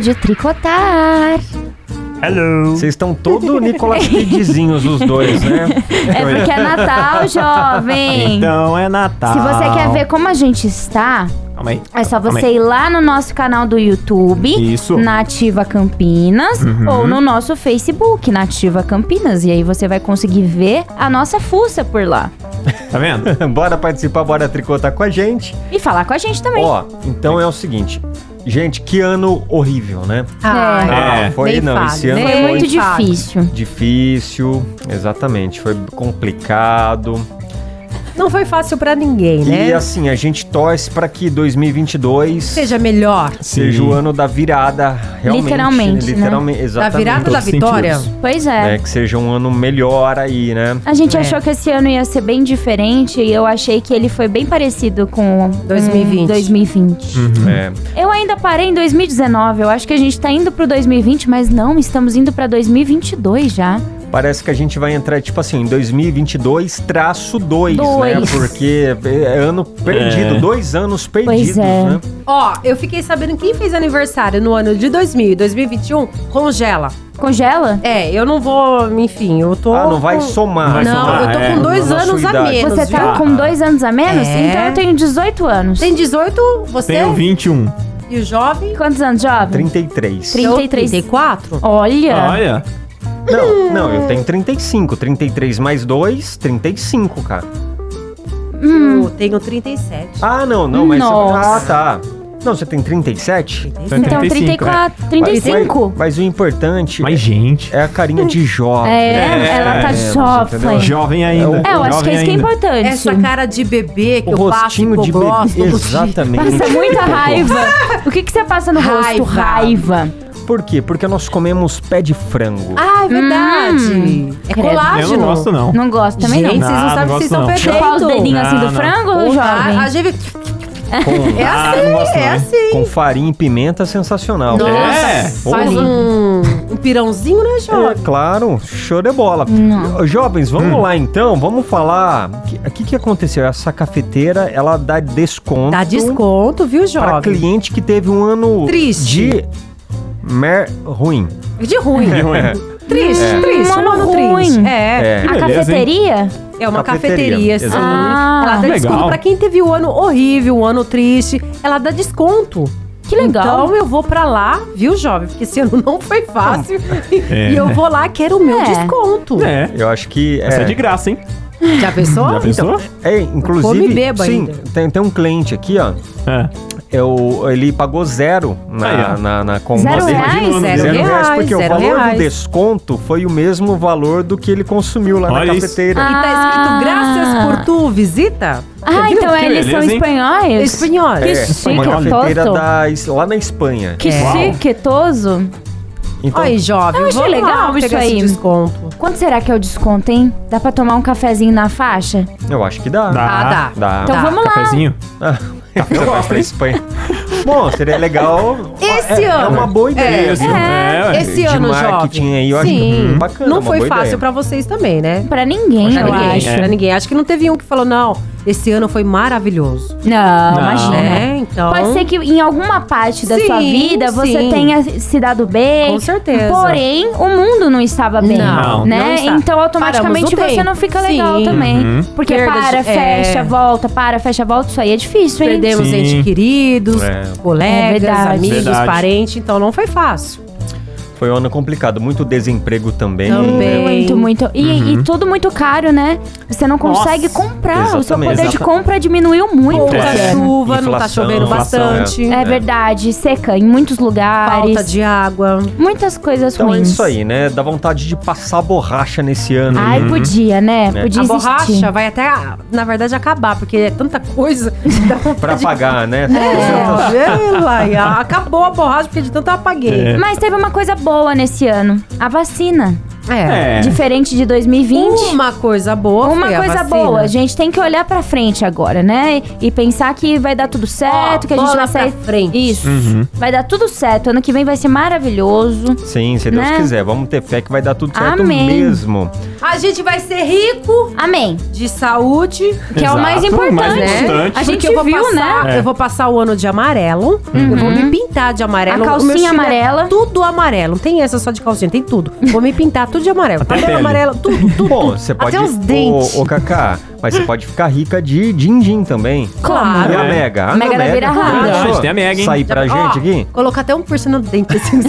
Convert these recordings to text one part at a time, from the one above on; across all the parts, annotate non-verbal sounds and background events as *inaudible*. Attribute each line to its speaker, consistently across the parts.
Speaker 1: de tricotar.
Speaker 2: Hello!
Speaker 3: Vocês estão
Speaker 4: *laughs*
Speaker 3: todo Nicolas Cagezinhos os dois, né? *laughs*
Speaker 1: É porque é Natal, jovem.
Speaker 2: Então é Natal.
Speaker 1: Se você quer ver como a gente está,
Speaker 3: Calma aí.
Speaker 1: é só
Speaker 3: Calma
Speaker 1: você ir lá no nosso canal do YouTube,
Speaker 2: Isso.
Speaker 1: Nativa Campinas, ou no nosso Facebook, Nativa Campinas. E aí você vai conseguir ver a nossa fuça por lá.
Speaker 2: Tá vendo?
Speaker 3: aí. bora participar, bora tricotar com a gente.
Speaker 1: E falar com a gente também.
Speaker 3: Ó, então é o seguinte. Gente, que ano horrível, né?
Speaker 1: É.
Speaker 3: Ah,
Speaker 2: É.
Speaker 3: foi
Speaker 4: nem
Speaker 3: não.
Speaker 4: fala,
Speaker 3: Esse ano
Speaker 4: nem
Speaker 1: Foi
Speaker 4: é
Speaker 3: foi
Speaker 1: muito
Speaker 4: muito chato.
Speaker 1: difícil.
Speaker 3: difícil, exatamente, foi complicado.
Speaker 4: Não foi fácil pra ninguém, né?
Speaker 3: E assim, a gente torce pra que 2022
Speaker 4: Seja melhor.
Speaker 3: seja o ano da virada, realmente.
Speaker 1: Literalmente, né?
Speaker 3: Literalmente, exatamente.
Speaker 4: virada da
Speaker 3: Todos os
Speaker 4: vitória?
Speaker 3: sentidos.
Speaker 1: Pois é.
Speaker 3: Né? Que seja um ano melhor aí, né?
Speaker 1: A gente
Speaker 4: É.
Speaker 1: achou que esse ano ia ser bem diferente e eu achei que ele foi bem parecido com
Speaker 4: 2020.
Speaker 1: 2020.
Speaker 3: É.
Speaker 1: Eu ainda parei em 2019. Eu acho que a gente tá indo pro 2020, mas não, estamos indo pra 2022 já.
Speaker 3: Parece que a gente vai entrar, tipo assim, em 2022, traço 2, né?
Speaker 1: Dois.
Speaker 3: Porque é ano perdido,
Speaker 2: É.
Speaker 3: dois anos perdidos,
Speaker 1: Pois é.
Speaker 3: né?
Speaker 4: Ó, eu fiquei sabendo que quem fez aniversário no ano de 2000 e 2021, congela.
Speaker 1: Congela?
Speaker 4: É, eu não vou, enfim, eu tô.
Speaker 3: Ah, não vai
Speaker 4: com-
Speaker 3: somar.
Speaker 2: Vai
Speaker 4: Não,
Speaker 2: somar,
Speaker 4: eu tô
Speaker 2: é.
Speaker 4: com dois
Speaker 3: Na sua
Speaker 4: anos a
Speaker 3: idade.
Speaker 4: menos.
Speaker 1: Você tá
Speaker 4: viu?
Speaker 1: com dois anos a menos?
Speaker 4: É.
Speaker 1: Então eu tenho 18 anos.
Speaker 4: Tem 18, você
Speaker 2: Tenho 21.
Speaker 4: e o jovem.
Speaker 1: Quantos anos, jovem?
Speaker 3: 33.
Speaker 1: Trin-
Speaker 4: Eu,
Speaker 1: 33.
Speaker 4: 34?
Speaker 1: Olha!
Speaker 2: Olha.
Speaker 3: Não, não, eu tenho 35. 33 mais 2, 35, cara.
Speaker 4: Eu tenho 37.
Speaker 3: Ah, não, não, mas.
Speaker 1: Nossa.
Speaker 3: Ah, tá. Não, você tem 37?
Speaker 2: Tá
Speaker 1: então
Speaker 2: 35,
Speaker 1: 34,
Speaker 3: Mas-
Speaker 1: 35.
Speaker 3: Mas, mas o importante
Speaker 2: Mas, gente.
Speaker 3: é a carinha de jovem.
Speaker 1: É, ela tá
Speaker 3: você
Speaker 1: jovem.
Speaker 3: entendeu?
Speaker 2: Jovem ainda.
Speaker 1: É, eu acho que é
Speaker 2: Jovem
Speaker 1: isso que é
Speaker 2: ainda.
Speaker 1: importante.
Speaker 4: Essa cara de bebê que
Speaker 3: O
Speaker 4: eu passo
Speaker 3: rostinho
Speaker 4: que eu
Speaker 3: de
Speaker 4: gosto.
Speaker 3: bebê. Exatamente.
Speaker 1: Passa
Speaker 3: *laughs*
Speaker 1: muita raiva. O que, que você passa no rosto?
Speaker 4: Raiva.
Speaker 1: Raiva.
Speaker 3: Por quê? Porque nós comemos pé de frango.
Speaker 4: Ah, é verdade. é
Speaker 1: credo.
Speaker 2: Eu
Speaker 4: colágeno.
Speaker 2: não gosto, não.
Speaker 1: Não gosto também
Speaker 4: Gente,
Speaker 1: não.
Speaker 4: vocês
Speaker 2: Não,
Speaker 4: não sabem
Speaker 2: não
Speaker 4: o que vocês
Speaker 2: gosto,
Speaker 4: estão
Speaker 2: não.
Speaker 1: Chupar os
Speaker 4: perdendo.
Speaker 1: dedinhos assim do
Speaker 2: Não, não.
Speaker 1: frango, jovem?
Speaker 4: Tá? A, a gente... *laughs*
Speaker 3: Com,
Speaker 4: É
Speaker 2: Ah,
Speaker 4: assim,
Speaker 2: não
Speaker 3: né?
Speaker 2: gosto,
Speaker 4: é
Speaker 2: não.
Speaker 4: assim.
Speaker 3: com farinha e pimenta, sensacional.
Speaker 4: Nossa,
Speaker 2: É,
Speaker 4: faz um, um pirãozinho, né,
Speaker 3: É,
Speaker 4: jovem?
Speaker 3: claro, show de bola.
Speaker 1: Não.
Speaker 3: Jovens,
Speaker 2: Hum.
Speaker 3: vamos lá então, vamos falar. O que, que, que aconteceu? Essa cafeteira, ela dá
Speaker 2: É.
Speaker 3: desconto.
Speaker 2: Uhum.
Speaker 4: Dá desconto, viu,
Speaker 3: Pra
Speaker 4: jovem?
Speaker 3: cliente que teve um ano
Speaker 4: Triste.
Speaker 3: de mer ruim.
Speaker 4: De ruim.
Speaker 2: De É ruim. É.
Speaker 4: Triste, triste.
Speaker 1: Mano
Speaker 4: Um ano
Speaker 1: ruim.
Speaker 4: triste. É.
Speaker 1: A
Speaker 2: beleza,
Speaker 1: cafeteria?
Speaker 4: É uma
Speaker 3: Cafeteria,
Speaker 4: cafeteria, assim.
Speaker 1: Ah,
Speaker 4: ela dá
Speaker 2: legal.
Speaker 4: desconto pra quem teve um ano horrível, um ano triste. Ela dá desconto.
Speaker 1: Que legal.
Speaker 4: Então eu vou pra lá, viu, jovem? Porque esse ano não foi fácil.
Speaker 2: É.
Speaker 4: E eu vou lá, quero o meu
Speaker 1: É.
Speaker 4: desconto.
Speaker 2: É.
Speaker 3: Eu acho que.
Speaker 2: Essa é. de graça, hein?
Speaker 4: Já pensou?
Speaker 2: Já pensou?
Speaker 1: então.
Speaker 3: É, inclusive.
Speaker 4: Come e beba
Speaker 3: sim,
Speaker 4: ainda.
Speaker 3: tem, tem um cliente aqui, ó.
Speaker 2: É.
Speaker 3: É o- ele pagou zero na,
Speaker 2: Aí, ó.
Speaker 3: na, na compra
Speaker 1: Zero
Speaker 3: dele.
Speaker 1: reais?
Speaker 2: Imagina o ano
Speaker 4: Zero
Speaker 2: dele.
Speaker 3: Zero reais, porque o
Speaker 4: zero
Speaker 3: valor
Speaker 4: reais.
Speaker 3: do desconto foi o mesmo valor do que ele consumiu lá
Speaker 2: Olha
Speaker 3: na
Speaker 2: isso.
Speaker 3: cafeteira.
Speaker 4: E tá
Speaker 1: Ah.
Speaker 4: escrito graças por tu visita. É
Speaker 1: Ah, então
Speaker 2: Que
Speaker 1: eles são
Speaker 2: beleza, hein?
Speaker 1: espanhóis?
Speaker 4: Espanhol.
Speaker 2: É.
Speaker 1: Que
Speaker 3: É, uma
Speaker 1: chique,
Speaker 3: cafeteira
Speaker 1: toso.
Speaker 3: da es- lá na Espanha.
Speaker 1: Que
Speaker 4: Uau.
Speaker 1: chique, toso.
Speaker 3: Então,
Speaker 4: Aí, jovem,
Speaker 1: Eu achei
Speaker 4: vamos
Speaker 1: legal
Speaker 4: lá
Speaker 1: isso
Speaker 4: pegar
Speaker 1: aí.
Speaker 4: esse desconto.
Speaker 1: Quanto será que é o desconto, hein? Dá pra tomar um cafezinho na faixa?
Speaker 3: eu acho que dá. *laughs*
Speaker 2: Dá.
Speaker 4: Ah, dá.
Speaker 3: Dá.
Speaker 1: Então
Speaker 4: Tá.
Speaker 1: vamos lá.
Speaker 2: Cafezinho.
Speaker 3: Ah, eu gosto pra Espanha. Bom, seria legal.
Speaker 4: Esse
Speaker 3: é,
Speaker 4: ano.
Speaker 3: É uma boa ideia.
Speaker 2: Isso.
Speaker 3: viu?
Speaker 2: É, ué.
Speaker 4: Esse ano,
Speaker 3: de
Speaker 4: jovem.
Speaker 3: marketing aí, eu acho
Speaker 4: Sim.
Speaker 3: bacana.
Speaker 4: não
Speaker 3: uma
Speaker 4: foi
Speaker 3: boa
Speaker 4: fácil
Speaker 3: ideia.
Speaker 4: pra vocês também, né?
Speaker 1: Pra ninguém,
Speaker 4: Pra
Speaker 1: eu
Speaker 4: ninguém,
Speaker 1: acho.
Speaker 4: pra ninguém. Acho que não teve um que falou, não, esse ano foi maravilhoso.
Speaker 1: Não,
Speaker 2: Não.
Speaker 1: imagina.
Speaker 4: Né? Então.
Speaker 1: Pode ser que em alguma parte da
Speaker 4: Sim,
Speaker 1: sua vida você
Speaker 4: sim.
Speaker 1: tenha se dado bem.
Speaker 4: Com certeza.
Speaker 1: Porém, o mundo não estava bem,
Speaker 4: Não, não
Speaker 1: né?
Speaker 4: está.
Speaker 1: então automaticamente
Speaker 4: Paramos o
Speaker 1: você
Speaker 4: tempo.
Speaker 1: não fica
Speaker 4: Sim.
Speaker 1: legal também.
Speaker 2: Uhum.
Speaker 1: Porque
Speaker 4: Perdas de-
Speaker 1: para,
Speaker 4: é.
Speaker 1: fecha, volta, para, fecha, volta, isso aí é difícil, hein?
Speaker 4: Perdemos
Speaker 2: Sim.
Speaker 4: entes queridos,
Speaker 3: É.
Speaker 1: É
Speaker 4: colegas,
Speaker 1: verdade.
Speaker 4: amigos,
Speaker 2: Verdade.
Speaker 4: parentes, então não foi fácil.
Speaker 3: Foi um ano complicado. Muito desemprego também.
Speaker 4: Também.
Speaker 3: né?
Speaker 1: Muito, muito. E, e tudo muito caro, né? Você não consegue
Speaker 2: Nossa.
Speaker 1: comprar. O seu
Speaker 3: Exatamente.
Speaker 1: poder de
Speaker 3: Exata-
Speaker 1: compra diminuiu muito.
Speaker 4: Pouca
Speaker 2: É.
Speaker 4: chuva, não tá
Speaker 3: Inflação,
Speaker 4: chovendo
Speaker 3: inflação,
Speaker 4: bastante.
Speaker 1: É verdade. Seca em muitos lugares.
Speaker 4: Falta de água.
Speaker 1: Muitas coisas
Speaker 3: Então é
Speaker 1: ruins.
Speaker 3: isso aí, né? Dá vontade de passar borracha nesse ano. hum,
Speaker 1: Ai, podia, né?
Speaker 3: É.
Speaker 1: Podia
Speaker 4: a
Speaker 1: existir.
Speaker 4: borracha vai até, na verdade, acabar, porque é tanta coisa. Dá vontade
Speaker 3: Pra
Speaker 4: de-
Speaker 3: pagar, né?
Speaker 2: tá
Speaker 4: É, Laia, acabou a borracha, porque de tanto eu apaguei.
Speaker 2: É.
Speaker 1: Mas teve uma coisa boa nesse ano. A vacina.
Speaker 4: É.
Speaker 2: É.
Speaker 1: Diferente de 2020.
Speaker 4: Uma coisa boa
Speaker 1: Uma
Speaker 4: foi a
Speaker 1: coisa
Speaker 4: vacina.
Speaker 1: boa, a gente tem que olhar pra frente agora, né? E pensar que vai dar tudo certo,
Speaker 4: Ó,
Speaker 1: que a gente
Speaker 4: bola
Speaker 1: vai sair.
Speaker 4: pra frente.
Speaker 1: Isso.
Speaker 2: Uhum.
Speaker 1: Vai dar tudo certo. Ano que vem vai ser maravilhoso.
Speaker 3: Sim, se Deus
Speaker 1: Né?
Speaker 3: quiser. Vamos ter fé que vai dar tudo certo
Speaker 1: Amém.
Speaker 3: mesmo.
Speaker 4: A gente vai ser rico
Speaker 1: Amém.
Speaker 4: de saúde.
Speaker 1: Que é o mais
Speaker 2: Exato, o
Speaker 1: importante.
Speaker 2: mais importante.
Speaker 1: A gente
Speaker 4: Porque eu vou
Speaker 1: viu,
Speaker 4: passar,
Speaker 1: né? Uhum.
Speaker 2: É.
Speaker 4: Eu vou passar o ano de amarelo. Eu vou me pintar de amarelo.
Speaker 1: A
Speaker 4: O meu
Speaker 1: calcinha
Speaker 4: estilo é
Speaker 1: amarela.
Speaker 4: tudo amarelo. Não tem essa só de calcinha, tem tudo. Vou me pintar tudo de amarelo.
Speaker 2: Até
Speaker 4: Cabelo
Speaker 2: pele.
Speaker 4: amarelo, tudo, tudo.
Speaker 3: Bom, você pode.
Speaker 4: Até os dentes.
Speaker 3: Ô, ô, Cacá, mas você pode ficar rica de din-din também.
Speaker 4: Claro.
Speaker 3: E a
Speaker 2: É.
Speaker 3: Mega? A
Speaker 1: Mega da Beira Rara.
Speaker 2: Verdade, tem a Mega, hein?
Speaker 3: Sair pra gente aqui?
Speaker 4: Colocar até um piercing no
Speaker 2: *laughs*
Speaker 4: dente, assim.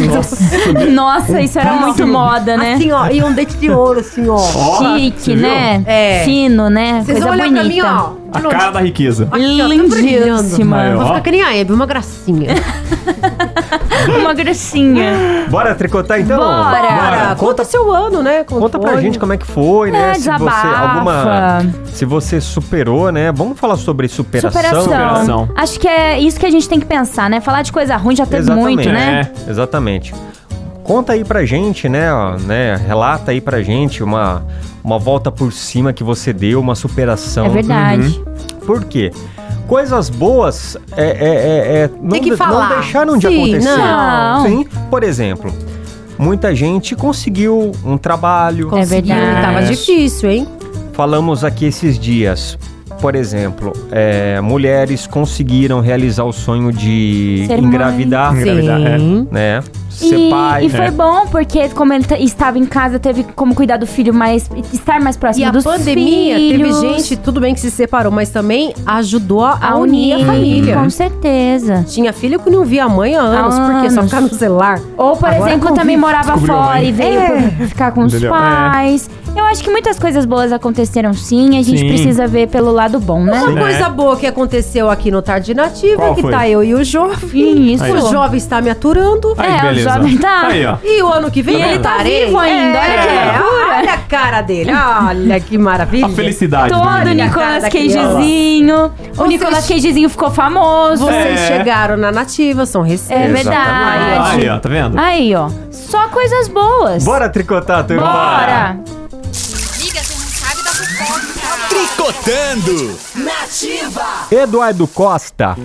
Speaker 1: Nossa, isso era muito moda, né?
Speaker 4: Assim, ó. E um dente de ouro, assim, ó.
Speaker 2: você
Speaker 1: Chique,
Speaker 2: viu?
Speaker 1: né?
Speaker 4: É.
Speaker 1: Fino, né?
Speaker 4: Vocês
Speaker 1: Coisa
Speaker 4: vão olhar
Speaker 1: bonita.
Speaker 4: pra mim, ó. de
Speaker 2: A
Speaker 4: longe.
Speaker 2: cara da riqueza.
Speaker 4: Aqui, ó, tá tudo brilhando.
Speaker 1: Lindíssima.
Speaker 2: Maior.
Speaker 4: Vou ficar que nem a Hebe, uma gracinha.
Speaker 1: *laughs* Uma gracinha.
Speaker 3: Bora tricotar então?
Speaker 1: Bora.
Speaker 4: Cara, conta seu ano, né?
Speaker 3: Conta pra
Speaker 4: foi.
Speaker 3: gente como é que foi, né?
Speaker 1: É,
Speaker 3: se você
Speaker 1: desabafa.
Speaker 3: alguma se você superou, né? Vamos falar sobre superação.
Speaker 1: Superação.
Speaker 2: superação.
Speaker 1: Acho que é isso que a gente tem que pensar, né? Falar de coisa ruim já teve
Speaker 3: Exatamente.
Speaker 1: muito, né?
Speaker 3: É, exatamente. Conta aí pra gente, né, ó, né? Relata aí pra gente uma uma volta por cima que você deu, uma superação.
Speaker 1: É verdade.
Speaker 3: Por quê? Coisas boas é, é- é- é- não,
Speaker 4: Tem que
Speaker 3: de- não
Speaker 4: falar.
Speaker 3: deixaram de
Speaker 4: Sim,
Speaker 3: acontecer.
Speaker 1: não.
Speaker 3: Sim, por exemplo, muita gente conseguiu um trabalho.
Speaker 1: É
Speaker 4: Conseguiu,
Speaker 1: verdade.
Speaker 4: tava difícil, hein?
Speaker 3: Falamos aqui esses dias, por exemplo, é, mulheres conseguiram realizar o sonho de
Speaker 1: Ser mãe.
Speaker 3: engravidar,
Speaker 2: Engravidar, é.
Speaker 4: Sim.
Speaker 3: né? Ser
Speaker 1: E,
Speaker 3: pai.
Speaker 1: e foi
Speaker 2: É.
Speaker 1: bom, porque como ele t- estava em casa, teve como cuidar do filho mais. estar mais
Speaker 4: E
Speaker 1: próximo
Speaker 4: a
Speaker 1: dos
Speaker 4: pandemia
Speaker 1: filhos.
Speaker 4: teve gente, tudo bem que se separou, mas também ajudou a,
Speaker 1: a
Speaker 4: unir a família.
Speaker 1: Com certeza.
Speaker 4: Tinha filho que não via a mãe há anos,
Speaker 1: Há
Speaker 4: porque só
Speaker 1: anos.
Speaker 4: ficar no celular.
Speaker 1: Ou, por
Speaker 4: Agora
Speaker 1: exemplo,
Speaker 4: convive,
Speaker 1: também morava
Speaker 2: descobriu a
Speaker 1: fora
Speaker 2: mãe.
Speaker 1: e veio
Speaker 4: É.
Speaker 1: pra ficar com os
Speaker 2: Entendeu? É.
Speaker 1: pais. Eu acho que muitas coisas boas aconteceram sim, a gente
Speaker 2: Sim.
Speaker 1: precisa ver pelo lado bom, né?
Speaker 4: Uma
Speaker 2: Né?
Speaker 4: coisa boa que aconteceu aqui no Tarde Nativa
Speaker 2: Qual
Speaker 4: que
Speaker 2: foi?
Speaker 4: tá eu e o jovem.
Speaker 1: é Isso.
Speaker 4: O jovem está me aturando.
Speaker 2: Aí,
Speaker 1: É, o
Speaker 2: beleza.
Speaker 1: jovem tá-
Speaker 2: Aí, ó.
Speaker 4: E o ano que vem
Speaker 1: E ele tá
Speaker 4: voltarei.
Speaker 1: vivo ainda, olha que
Speaker 4: É,
Speaker 1: loucura.
Speaker 4: olha a cara dele, olha que maravilha.
Speaker 2: A felicidade do
Speaker 1: Todo o
Speaker 2: menino.
Speaker 4: Cara
Speaker 1: Nicolas
Speaker 4: da
Speaker 1: Cagezinho. O
Speaker 4: Vocês-
Speaker 1: Nicolas Cagezinho ficou famoso.
Speaker 4: Vocês
Speaker 2: É.
Speaker 4: chegaram na Nativa, são
Speaker 1: É
Speaker 4: recentes.
Speaker 1: verdade.
Speaker 2: Aí, ó, tá vendo?
Speaker 1: Aí, ó. Só coisas boas.
Speaker 3: Bora tricotar, turma!
Speaker 1: Bora!
Speaker 5: Tricotando.
Speaker 3: Eduardo Costa,